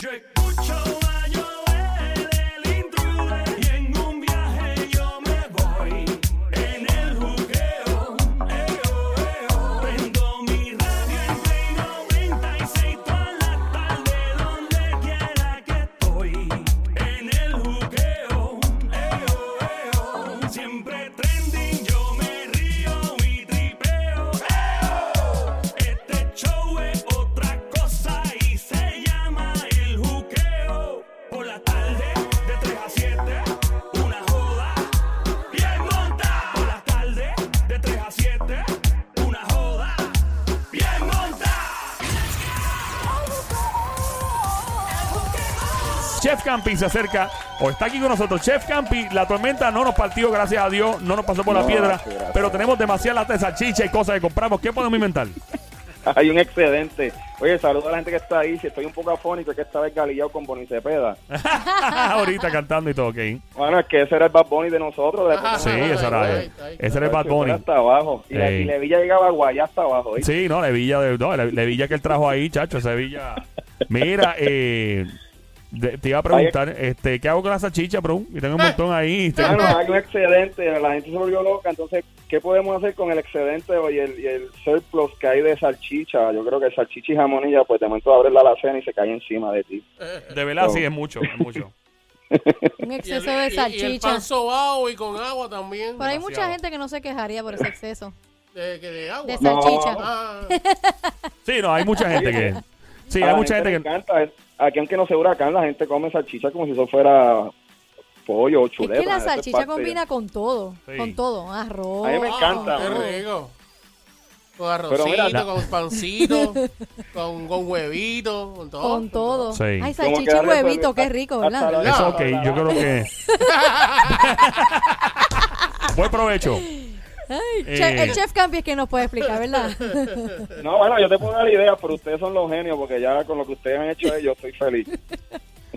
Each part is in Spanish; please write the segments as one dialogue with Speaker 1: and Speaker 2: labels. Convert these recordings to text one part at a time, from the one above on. Speaker 1: Yo escucho a Joel, el intruder, y en un viaje yo me voy. En el jugueo, eo, eo. Prendo mi radio en Play 96 toda la tarde, donde quiera que estoy. En el jugueo, eo, eo. Siempre trending, yo me río y tripeo. Este show es otra cosa y se llama el juqueo. Por la tarde, de 3 a 7, una joda bien monta. Por la tarde, de 3 a 7, una joda bien monta.
Speaker 2: Chef Campi se acerca o está aquí con nosotros. Chef Campi, la tormenta no nos partió, gracias a Dios, no nos pasó por la
Speaker 3: No,
Speaker 2: piedra,
Speaker 3: gracias.
Speaker 2: pero tenemos demasiadas latas de salchicha y cosas que compramos. ¿Qué podemos inventar?
Speaker 3: Hay un excedente. Oye, saludo a la gente que está ahí. Si estoy un poco afónico, es que esta vez galillado con Bonnie Cepeda.
Speaker 2: Ahorita cantando y todo, ok.
Speaker 3: Bueno, es que ese era el Bad Bunny de nosotros. de la época.
Speaker 2: Sí, ese era, él. ese era el Bad
Speaker 3: Chacho, era
Speaker 2: Bunny.
Speaker 3: hasta abajo. Y la,
Speaker 2: Ey.
Speaker 3: y la villa llegaba a Guayá hasta abajo. ¿oíste?
Speaker 2: Sí, no, la villa, de, no, la, la villa que él trajo ahí, chacho, esa villa. Mira, eh, de- te iba a preguntar, este, ¿qué hago con la salchicha, bro? Y tengo un montón ahí. Este, tengo-
Speaker 3: Bueno, hay un excedente. La gente se volvió loca. Entonces, ¿qué podemos hacer con el excedente y el, y el surplus que hay de salchicha? Yo creo que salchicha y jamonilla, pues de momento abres la alacena y se cae encima de ti.
Speaker 2: de verdad, sí, es mucho, es mucho.
Speaker 4: Un
Speaker 5: Y el-
Speaker 4: exceso de
Speaker 5: y- Y el
Speaker 4: salchicha.
Speaker 5: pan sobao y con agua también.
Speaker 4: Pero hay mucha
Speaker 2: demasiado.
Speaker 4: gente que no se quejaría por ese exceso
Speaker 5: De, que de agua.
Speaker 4: de
Speaker 3: No.
Speaker 4: salchicha.
Speaker 5: Ah,
Speaker 2: Sí, no, hay mucha gente que. Sí,
Speaker 3: A
Speaker 2: hay
Speaker 3: la
Speaker 2: mucha gente
Speaker 3: le
Speaker 2: que.
Speaker 3: encanta. ¿eh? Aquí, aunque no sea huracán, la gente come salchicha como si eso fuera pollo o
Speaker 4: Es
Speaker 3: chuleta.
Speaker 4: que la
Speaker 3: Eso es
Speaker 4: salchicha
Speaker 3: parte-
Speaker 4: combina con todo,
Speaker 2: Sí.
Speaker 4: con todo, arroz.
Speaker 3: A mí me encanta,
Speaker 5: Qué
Speaker 3: hombre.
Speaker 5: rico. Con
Speaker 3: Pero mira,
Speaker 5: arrocito,
Speaker 2: la-
Speaker 5: con pancito, con, con huevito, con todo.
Speaker 4: Con todo.
Speaker 2: Sí.
Speaker 4: Ay,
Speaker 3: Como que
Speaker 4: salchicha y
Speaker 3: darle
Speaker 4: huevito,
Speaker 3: hasta-
Speaker 4: qué rico,
Speaker 3: hasta
Speaker 4: ¿verdad?
Speaker 3: la-
Speaker 2: Eso, ok, yo creo que. Buen provecho.
Speaker 4: Ay,
Speaker 2: Eh.
Speaker 4: chef- el chef Campi es quien nos puede explicar, ¿verdad?
Speaker 3: No, bueno, yo te puedo dar ideas, pero ustedes son los genios, porque ya con lo que ustedes han hecho, eh, yo estoy feliz.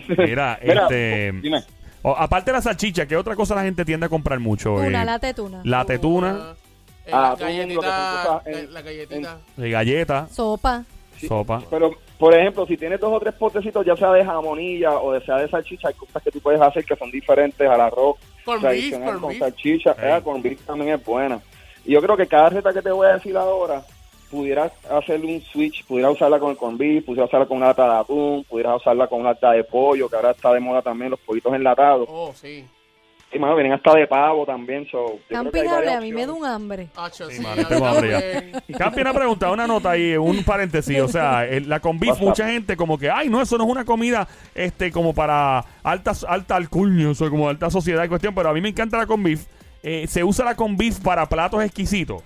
Speaker 2: Mira,
Speaker 3: Mira,
Speaker 2: este.
Speaker 3: dime.
Speaker 2: o- aparte de la salchicha, ¿qué otra cosa la gente tiende a comprar mucho?
Speaker 4: tuna,
Speaker 2: Eh,
Speaker 4: la tetuna.
Speaker 2: la tetuna,
Speaker 5: Eh,
Speaker 3: Ah, tú,
Speaker 5: la
Speaker 3: lo que tú
Speaker 5: galletita.
Speaker 3: usas en-
Speaker 5: la galletita.
Speaker 2: de eh, galleta,
Speaker 4: Sopa.
Speaker 2: sopa.
Speaker 3: Pero, por ejemplo, si tienes dos o tres potecitos, ya sea de jamonilla o de- sea de salchicha, hay cosas que tú puedes hacer que son diferentes al arroz
Speaker 5: Corn
Speaker 3: tradicional
Speaker 5: beef, corn
Speaker 3: con
Speaker 5: beef.
Speaker 3: salchicha.
Speaker 2: Ey.
Speaker 3: Eh, con beef también es buena. Y yo creo que cada receta que te voy a decir ahora, pudieras hacerle un switch, pudieras usarla con el corn beef, pudieras usarla con una lata de atún, pudieras usarla con una lata de pollo, que ahora está de moda también los pollitos enlatados.
Speaker 5: Oh, sí.
Speaker 3: Y, mano, vienen hasta de pavo también. So, yo creo que hay
Speaker 4: Campinable,
Speaker 3: varias
Speaker 4: a mí me da
Speaker 3: opciones.
Speaker 4: un hambre.
Speaker 5: Hacho,
Speaker 2: Sí,
Speaker 5: sí,
Speaker 2: mano, este
Speaker 5: a
Speaker 2: tengo
Speaker 5: mí
Speaker 2: hambre ya.
Speaker 5: también.
Speaker 2: Campi, una pregunta, una nota ahí, un paréntesis. O sea, el- la con beef,
Speaker 3: WhatsApp.
Speaker 2: mucha gente como que, ay, no, eso no es una comida este como para alta, alta alcuño, o sea, como alta sociedad y cuestión, pero a mí me encanta la con beef. Eh, se usa la con beef para platos exquisitos.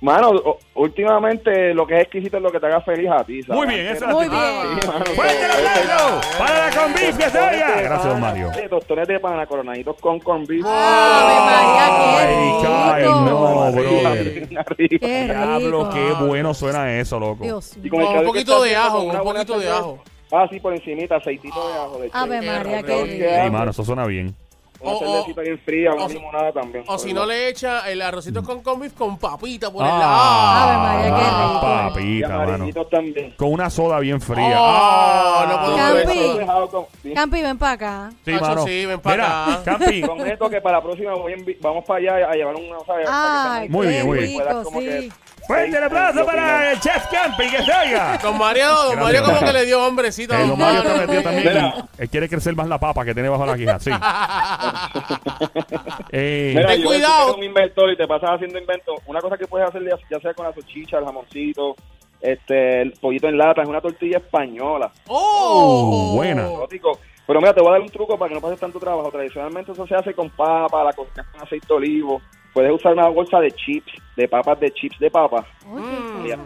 Speaker 3: Mano, o- últimamente lo que es exquisito es lo que te haga feliz a ti. ¿sabes?
Speaker 2: Muy bien,
Speaker 3: Antes
Speaker 2: esa
Speaker 3: era-
Speaker 2: es la
Speaker 4: Muy
Speaker 2: actitud.
Speaker 3: Sí,
Speaker 4: bien.
Speaker 5: Pues,
Speaker 3: mano,
Speaker 2: ¡Fuerte el
Speaker 3: pero-
Speaker 2: aplauso para la con beef que se oiga! Gracias, don Mario.
Speaker 3: Sí, tostones de pana coronaditos con corn beef.
Speaker 4: ¡Ave María,
Speaker 2: Ay,
Speaker 4: qué rico!
Speaker 2: no, brother.
Speaker 3: Sí, rico.
Speaker 4: Qué
Speaker 2: Diablo,
Speaker 4: rico.
Speaker 2: qué bueno suena eso, loco.
Speaker 4: Dios
Speaker 3: Y
Speaker 4: mío.
Speaker 3: con el
Speaker 5: Con un
Speaker 3: caldo que
Speaker 5: poquito
Speaker 3: está
Speaker 5: de
Speaker 3: haciendo,
Speaker 5: ajo,
Speaker 3: con una
Speaker 5: un
Speaker 3: buena
Speaker 5: poquito de
Speaker 3: cerveza.
Speaker 5: ajo. Ah,
Speaker 3: Ah, sí, por encimita, aceitito de ajo. De
Speaker 4: Ave
Speaker 3: chile.
Speaker 4: María,
Speaker 5: rico.
Speaker 4: qué
Speaker 3: Dios, qué
Speaker 4: rico.
Speaker 2: Ey, mano, eso suena bien.
Speaker 3: Una
Speaker 5: O- o-
Speaker 3: cervecita bien fría, una
Speaker 5: o si-
Speaker 3: limonada también.
Speaker 5: O si no le echa el arrocito con corn beef con papita por el
Speaker 2: Ah,
Speaker 4: Ave
Speaker 5: lado.
Speaker 4: María, qué rico.
Speaker 3: Y
Speaker 5: Ah.
Speaker 2: Papita, mano.
Speaker 3: amarillitos también.
Speaker 2: Con una soda bien fría.
Speaker 5: Oh,
Speaker 2: Ah.
Speaker 5: no puedo
Speaker 3: Todo
Speaker 4: Campi.
Speaker 3: eso lo he dejado con- sí.
Speaker 4: Campi, ven para acá.
Speaker 2: Sí,
Speaker 5: Nacho,
Speaker 2: mano.
Speaker 5: sí, ven pa'
Speaker 2: Mira,
Speaker 5: acá.
Speaker 2: Campi,
Speaker 3: Prometo que para la próxima voy a invi- vamos para allá a llevar una... ¿sabes?
Speaker 4: Ay,
Speaker 2: Muy
Speaker 4: qué
Speaker 2: bien, muy bien.
Speaker 4: rico, sí.
Speaker 2: fuerte el aplauso para el chef Campi, que se oiga.
Speaker 5: Don Mario, don
Speaker 2: Gracias,
Speaker 5: Mario como
Speaker 2: papá.
Speaker 5: que le dio hombrecito. a
Speaker 2: Eh, don Mario está
Speaker 5: Mario.
Speaker 2: metido también.
Speaker 3: Mira.
Speaker 2: Él quiere crecer más la papa que tiene bajo la quija, sí. Eh,
Speaker 3: Mira,
Speaker 5: Ten
Speaker 3: yo
Speaker 5: cuidado.
Speaker 3: cuidado. un inventor y te pasas haciendo invento. Una cosa que puedes hacer ya, ya sea con la salchicha, el jamoncito, este, el pollito en lata, es una tortilla española.
Speaker 5: ¡Oh!
Speaker 2: Uh, buena.
Speaker 3: Exótico. Pero mira, te voy a dar un truco para que no pases tanto trabajo. Tradicionalmente eso se hace con papa, la cocinas con aceite de olivo. Puedes usar una bolsa de chips, de papas, de chips de papa.
Speaker 5: Mm.
Speaker 3: Ya.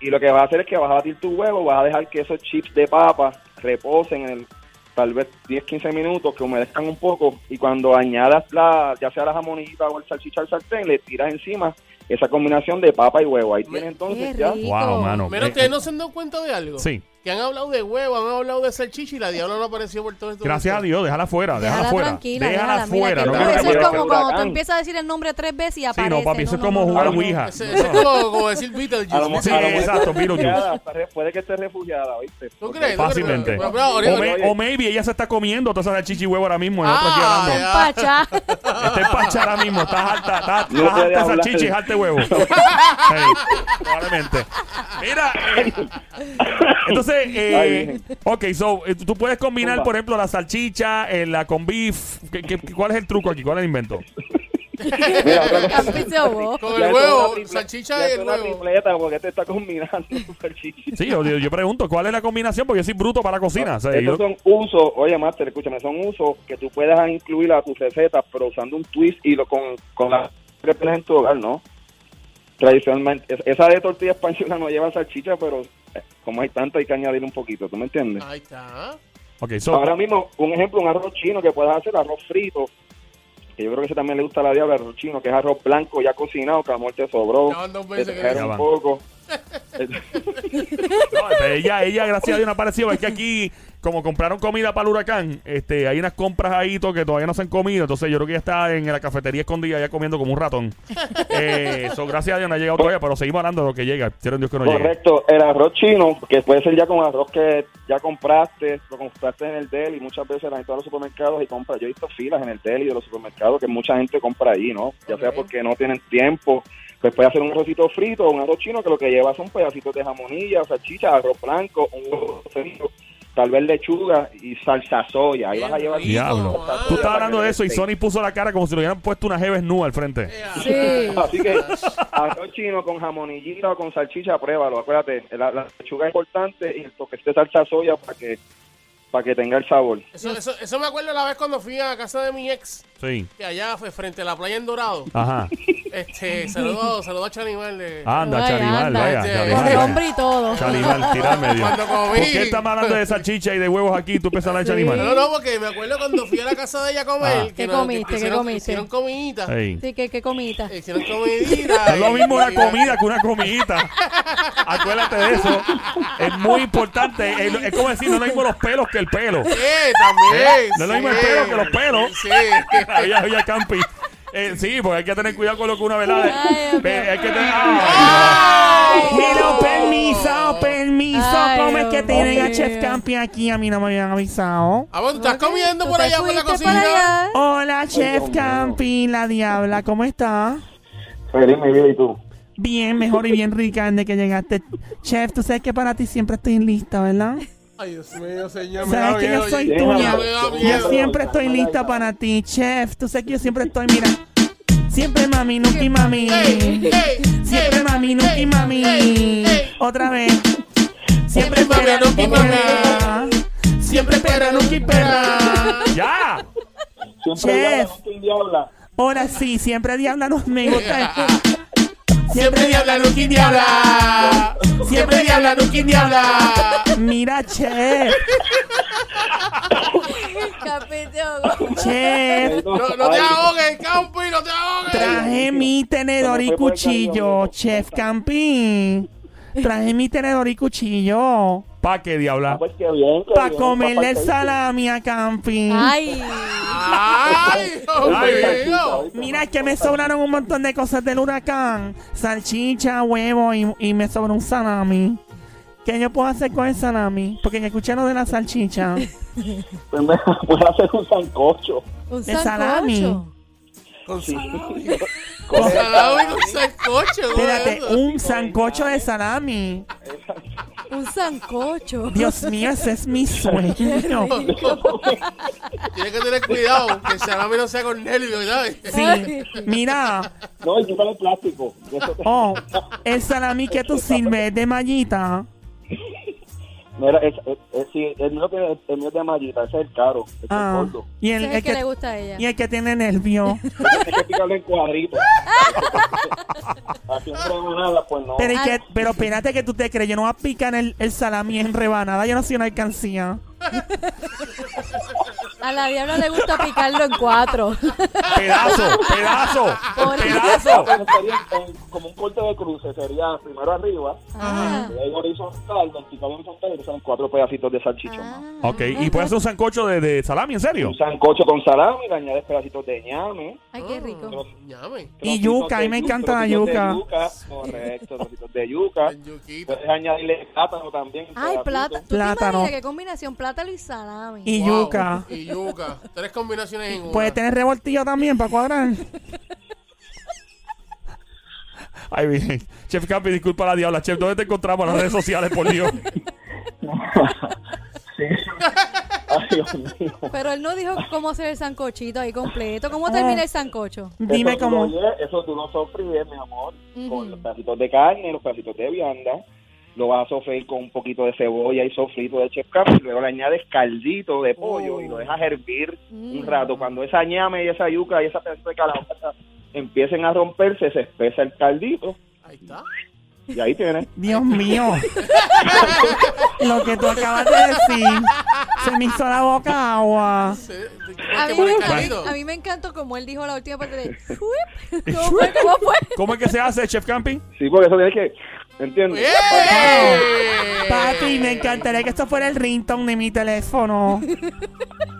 Speaker 3: Y lo que vas a hacer es que vas a batir tu huevo, vas a dejar que esos chips de papa reposen en el- tal vez 10-15 minutos, que humedezcan un poco. Y cuando añadas la, ya sea la jamonita o el salchicha al sartén, le tiras encima esa combinación de papa y huevo. Ahí tienes
Speaker 5: Me-
Speaker 3: entonces
Speaker 4: Qué
Speaker 3: ya.
Speaker 4: rico.
Speaker 2: wow, mano.
Speaker 5: Mira,
Speaker 2: Eh,
Speaker 5: ¿ustedes no se han dado cuenta de algo?
Speaker 2: Sí.
Speaker 5: Que han hablado de huevo, han hablado de salchicha y la diabla no apareció por todo esto.
Speaker 2: Gracias a Dios, déjala fuera, déjala,
Speaker 4: Déjala
Speaker 2: fuera.
Speaker 4: tranquila,
Speaker 2: déjala
Speaker 4: déjala. Mira,
Speaker 2: fuera,
Speaker 4: que
Speaker 2: no
Speaker 4: tú-
Speaker 3: quiero
Speaker 2: quiero
Speaker 4: eso
Speaker 3: que
Speaker 4: es
Speaker 2: que-
Speaker 3: vuelva
Speaker 4: como
Speaker 3: un
Speaker 4: cuando tú
Speaker 3: huracán.
Speaker 4: empiezas a decir el nombre tres veces y aparece.
Speaker 2: no, papi, eso es como
Speaker 5: Ah,
Speaker 2: jugar
Speaker 5: no,
Speaker 2: Ouija.
Speaker 5: Ese, ese es como, como decir Beetlejuice.
Speaker 3: A lo mejor-
Speaker 2: Sí,
Speaker 3: a lo mejor
Speaker 2: exacto,
Speaker 3: está
Speaker 2: Beetlejuice.
Speaker 3: refugiada, está re- Puede que esté refugiada, ¿viste?
Speaker 5: ¿Tú
Speaker 3: Porque-
Speaker 5: crees? ¿Tú crees?
Speaker 2: Fácilmente.
Speaker 5: Pero, pero,
Speaker 2: O,
Speaker 5: ahorita-
Speaker 2: may- o maybe ella se está comiendo toda esa salchicha y huevo ahora mismo. y nosotros aquí
Speaker 5: Ah,
Speaker 2: hablando.
Speaker 5: ya.
Speaker 4: Pacha.
Speaker 2: Está en pancha ahora mismo, estás alta, estás,
Speaker 3: No
Speaker 2: estás
Speaker 3: puede
Speaker 2: alta esa
Speaker 3: hablar.
Speaker 2: chicha y jalte huevo. Sí, probablemente. Mira, eh, entonces, eh, ok, so, eh, tú puedes combinar,
Speaker 3: Zumba.
Speaker 2: por ejemplo, la salchicha, eh, la con beef. ¿Qué- qué- qué- cuál es el truco aquí? ¿Cuál es el invento?
Speaker 3: Mira, otra cosa.
Speaker 4: Campiste vos.
Speaker 5: Con
Speaker 3: Ya esto
Speaker 5: el
Speaker 3: es una
Speaker 5: huevo,
Speaker 3: triple- ya
Speaker 5: salchicha y
Speaker 3: esto
Speaker 5: el
Speaker 3: es una
Speaker 5: huevo.
Speaker 3: tripleta, porque te está combinando salchicha.
Speaker 2: Sí, yo, yo pregunto, ¿cuál es la combinación? Porque yo soy bruto para la cocina. o sea, yo-
Speaker 3: Estos son usos, oye, Master, escúchame, son usos que tú puedas incluir a tus recetas, pero usando un twist y lo con, con la que tienes en tu hogar, ¿no? Tradicionalmente, es- esa de tortilla española no lleva salchicha, pero eh, como hay tanta, hay que añadir un poquito, ¿tú me entiendes?
Speaker 5: Ahí está.
Speaker 2: ok, so,
Speaker 3: Ahora mismo, un ejemplo, un arroz chino que puedas hacer, arroz frito, que yo creo que ese también le gusta a la diabla, arroz chino, que es arroz blanco ya cocinado, que a lo mejor te sobró,
Speaker 5: Ya van dos
Speaker 3: te
Speaker 5: veces que
Speaker 3: trajeron
Speaker 2: Ya
Speaker 3: un
Speaker 2: van.
Speaker 3: poco.
Speaker 2: no, ella, ella, gracias a Dios, no ha aparecido. Es que aquí, como compraron comida para el huracán, este, hay unas compras ahí to, que todavía no se han comido. Entonces, yo creo que ya está en la cafetería escondida, ya comiendo como un ratón. Eh, so, gracias a Dios no ha llegado todavía, pero seguimos hablando de lo que llega. Quiero en Dios que no llegue.
Speaker 3: Correcto, el arroz chino, que puede ser ya con arroz que ya compraste, lo compraste en el deli, muchas veces la gente va a los supermercados y compra, yo he visto filas en el deli de los supermercados que mucha gente compra ahí, ¿no? Ya sea
Speaker 5: Ok.
Speaker 3: porque no tienen tiempo, pues puede hacer un arrocito frito o un arroz chino que lo que lleva son pedacitos de jamonilla, salchicha, arroz blanco, un huevo frito, tal vez lechuga y salsa soya, ahí
Speaker 5: Qué
Speaker 3: vas a llevar...
Speaker 5: rico,
Speaker 2: Diablo.
Speaker 5: mano.
Speaker 2: Tú estabas hablando de eso y Sony puso la cara como si le hubieran puesto una jeves nua al frente.
Speaker 5: Ea.
Speaker 4: Sí.
Speaker 3: Así que arroz chino con jamonillita o con salchicha, pruébalo. Acuérdate, la, la lechuga es importante y el toque de salsa soya para que, para que tenga el sabor.
Speaker 5: Eso, eso, eso me acuerdo la vez cuando fui a casa de mi ex,
Speaker 2: Sí.
Speaker 5: que allá fue frente a la playa en Dorado.
Speaker 2: Ajá.
Speaker 5: Este, saludos, saludos a Chanimal de...
Speaker 2: Anda,
Speaker 4: Vaya,
Speaker 2: Charival,
Speaker 4: anda.
Speaker 2: vaya.
Speaker 4: Con
Speaker 2: Charival.
Speaker 4: nombre y todo.
Speaker 2: Charival, tira al medio.
Speaker 5: Cuando
Speaker 2: ¿Por
Speaker 5: comí.
Speaker 2: qué estamos hablando de salchicha y de huevos aquí y tú empiezas a hablar de Charival?
Speaker 5: No, no, porque me acuerdo cuando fui a la casa de ella a comer.
Speaker 2: Ah.
Speaker 5: que
Speaker 4: ¿Qué
Speaker 5: nos- que
Speaker 4: comiste? ¿Qué
Speaker 5: Hicieron,
Speaker 4: comiste?
Speaker 5: hicieron comidita.
Speaker 2: Ey.
Speaker 4: Sí, que, que comita.
Speaker 5: Hicieron comidita.
Speaker 2: Es lo
Speaker 5: y-
Speaker 2: mismo una
Speaker 5: y-
Speaker 2: comida que una comidita. Acuérdate de eso. Es muy importante. Es, es como decir, no es lo mismo los pelos que el pelo.
Speaker 5: Eh, también.
Speaker 2: No es lo mismo el
Speaker 5: sí.
Speaker 2: pelo que los pelos.
Speaker 5: Sí.
Speaker 2: Había, había campi. Eh, sí, porque hay que tener cuidado con lo que una velada.
Speaker 4: Ay, Dios mío.
Speaker 2: Ve, hay que tener. ah, ¡Ay, no! permiso.
Speaker 4: Ay, Dios. Oh. Ay, Dios mío.
Speaker 2: aquí? A mí no me habían avisado.
Speaker 5: Ah, bueno, tú estás comiendo
Speaker 4: ¿Tú
Speaker 5: por
Speaker 4: te
Speaker 5: allá por la
Speaker 4: fuiste
Speaker 5: cocina.
Speaker 4: allá?
Speaker 2: Hola,
Speaker 3: Dios mío.
Speaker 2: la diabla, ¿cómo está?
Speaker 3: Feliz mi vida y tú.
Speaker 2: Bien, mejor y bien rica desde que llegaste. Chef, tú sabes que para ti siempre estoy lista, ¿verdad?
Speaker 5: Ay, Dios mío, señor. me da
Speaker 6: Sabes que
Speaker 5: miedo,
Speaker 6: yo soy
Speaker 5: oye.
Speaker 6: tuya.
Speaker 5: Me da miedo.
Speaker 6: Yo siempre estoy lista para ti, chef. Tú sabes que yo siempre estoy, mira. Siempre mami, nuki mami.
Speaker 5: Ey, ey,
Speaker 6: Siempre
Speaker 5: ey,
Speaker 6: mami,
Speaker 5: ey,
Speaker 6: nuki
Speaker 5: ey,
Speaker 6: mami.
Speaker 5: ey.
Speaker 6: Otra vez. Siempre
Speaker 5: mami,
Speaker 6: perra,
Speaker 5: nuki,
Speaker 6: nuki
Speaker 5: mami.
Speaker 6: perra. Siempre perra, nuki perra.
Speaker 2: ¡Ya!
Speaker 6: Chef.
Speaker 3: diabla.
Speaker 6: Ahora sí, siempre diabla nos me gusta.
Speaker 5: Siempre diabla, Nuki diabla. Siempre diabla, Nuki diabla.
Speaker 6: Mira, chef.
Speaker 2: Oh.
Speaker 4: Capiteo.
Speaker 6: Chef.
Speaker 5: No, no te ahogues, Campi, no te ahogues.
Speaker 6: Traje mi tenedor y
Speaker 3: Cuando fue por el
Speaker 6: cuchillo,
Speaker 3: cariño,
Speaker 6: chef Campín. Traje mi tenedor y cuchillo.
Speaker 2: ¿Pa' qué
Speaker 3: ah,
Speaker 2: diabla?
Speaker 3: pues
Speaker 6: Pa' comerle el salami a Campín.
Speaker 4: Ay.
Speaker 5: Ay, Dios mío.
Speaker 6: Mira que me sobraron un montón de cosas del huracán. Salchicha, huevo y, y me sobró un salami. ¿Qué yo puedo hacer con el salami? Porque escuché lo de la salchicha.
Speaker 3: Puedes "Pues hacer un sancocho.
Speaker 4: Un
Speaker 6: De salami.
Speaker 4: sancocho.
Speaker 5: Con salami.
Speaker 3: Con-
Speaker 5: Salami con sancocho, güey.
Speaker 6: Espérate, un sancocho de salami.
Speaker 4: Un sancocho.
Speaker 6: Dios mío, ese es mi sueño.
Speaker 5: Tienes que tener cuidado que el salami no sea con nervios, ¿sabes?
Speaker 6: Sí, mira,
Speaker 3: No, y quítale el plástico. Eso te-
Speaker 6: Oh, el salami que tú sirves de mallita.
Speaker 3: Mira, es, es- es- sí, el mío que- el mío es de mallita, ese es el caro, ese es el
Speaker 6: Ah,
Speaker 3: gordo.
Speaker 6: y el,
Speaker 4: Ese es
Speaker 6: el
Speaker 4: el que le
Speaker 6: que,
Speaker 4: gusta a
Speaker 6: y
Speaker 4: ella.
Speaker 6: el que tiene nervio.
Speaker 3: Hay que picarlo en cuadritos. Así en rebanada, pues no.
Speaker 6: Pero, y
Speaker 4: Ah.
Speaker 6: que- pero espérate que tú te crees, yo no voy a picar el, el salami en rebanada, yo no soy una alcancía.
Speaker 4: A la diabla le gusta picarlo en cuatro.
Speaker 2: Pedazo, pedazo,
Speaker 4: Por-
Speaker 2: pedazo.
Speaker 3: Sería en- como un corte de cruce, sería primero arriba,
Speaker 4: Ah.
Speaker 3: luego horizontal, vertical horizontal, y son cuatro pedacitos de salchichón
Speaker 4: Ah.
Speaker 3: más.
Speaker 2: Ok, y puede hacer un sancocho de, de salami, ¿en serio?
Speaker 3: Un sancocho con salami, le añades pedacitos de ñame.
Speaker 4: Ay, qué rico.
Speaker 3: trocitos
Speaker 5: Ñame.
Speaker 6: Y yuca, a mí
Speaker 3: de
Speaker 6: me
Speaker 3: yu-
Speaker 6: encanta la
Speaker 3: trocitos de
Speaker 6: yuca.
Speaker 3: Correcto, trocitos de yuca.
Speaker 5: El yuquito.
Speaker 3: Puedes añadirle plátano también.
Speaker 4: Ay,
Speaker 3: pedacito.
Speaker 4: plata. ¿Tú te
Speaker 6: Plátano.
Speaker 4: imaginas qué combinación? Plátano y salami.
Speaker 6: Y
Speaker 5: Wow.
Speaker 6: yuca.
Speaker 5: Y yuca. Tres combinaciones en una.
Speaker 6: Puede tener revoltillo también para cuadrar.
Speaker 2: Ay, bien. Chef Campi, disculpa la diabla. Chef, ¿dónde te encontramos en las redes sociales, por Dios?
Speaker 3: Ay, Dios mío.
Speaker 4: Pero él no dijo cómo hacer el sancochito ahí completo.
Speaker 2: Ah.
Speaker 4: ¿Cómo termina el sancocho?
Speaker 6: Dime
Speaker 3: Eso tú
Speaker 6: cómo.
Speaker 3: lo lle- Eso tú lo sofríes, mi amor,
Speaker 4: Ujú.
Speaker 3: con los pedacitos de carne, los pedacitos de vianda. Lo vas a sofreír con un poquito de cebolla y sofrito de chef cap. Y luego le añades caldito de pollo y lo dejas hervir
Speaker 4: Mm.
Speaker 3: un rato. Cuando esa ñame y esa yuca y esa pedazo de calabaza empiecen a romperse, se espesa el caldito.
Speaker 5: Ahí está.
Speaker 3: Y ahí tienes.
Speaker 6: Dios mío. Lo que tú acabas de decir. Se me hizo la boca agua.
Speaker 5: Se-
Speaker 4: A mí,
Speaker 5: porque
Speaker 4: me, a, mí,
Speaker 5: picadito.
Speaker 4: a mí me encantó como él dijo la última parte de "Chuip". ¿Cómo fue? ¿Cómo fue?
Speaker 2: ¿Cómo es que se hace, Chef Campi?
Speaker 3: Sí, porque eso tienes que. ¿Entiendes?
Speaker 5: ¡Eh!
Speaker 6: Papi, me encantaría que esto fuera el ringtone de mi teléfono.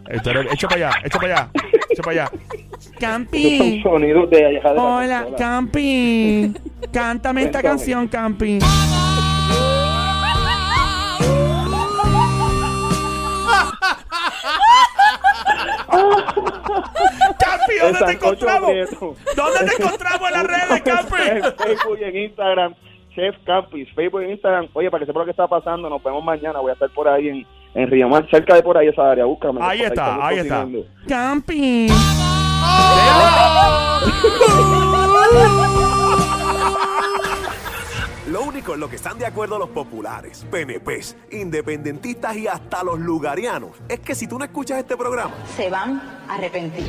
Speaker 2: Esto era- Echa para allá, echa para allá, echa para allá.
Speaker 3: Esos son
Speaker 6: Campi.
Speaker 3: sonidos de allá de la
Speaker 6: Hola,
Speaker 3: consola.
Speaker 6: Campi. Cántame esta
Speaker 3: Cuéntame.
Speaker 6: canción, Campi.
Speaker 2: Campi,
Speaker 3: El
Speaker 2: ¿dónde te
Speaker 3: sancocho
Speaker 2: encontramos?
Speaker 3: prieto.
Speaker 2: ¿Dónde te encontramos en las redes,
Speaker 3: En
Speaker 2: Campi?
Speaker 3: Facebook y en Instagram, Chef Campis, Facebook y Instagram. Oye, para que sepa lo que está pasando, nos vemos mañana. Voy a estar por ahí en, en Río Mar, cerca de por ahí esa área. Búscame.
Speaker 2: Ahí está,
Speaker 3: estamos
Speaker 2: ahí está.
Speaker 3: cocinando.
Speaker 6: Campi.
Speaker 7: Lo único en lo que están de acuerdo los populares, PNPs, independentistas y hasta los lugarianos es que si tú no escuchas este programa,
Speaker 8: se van a arrepentir.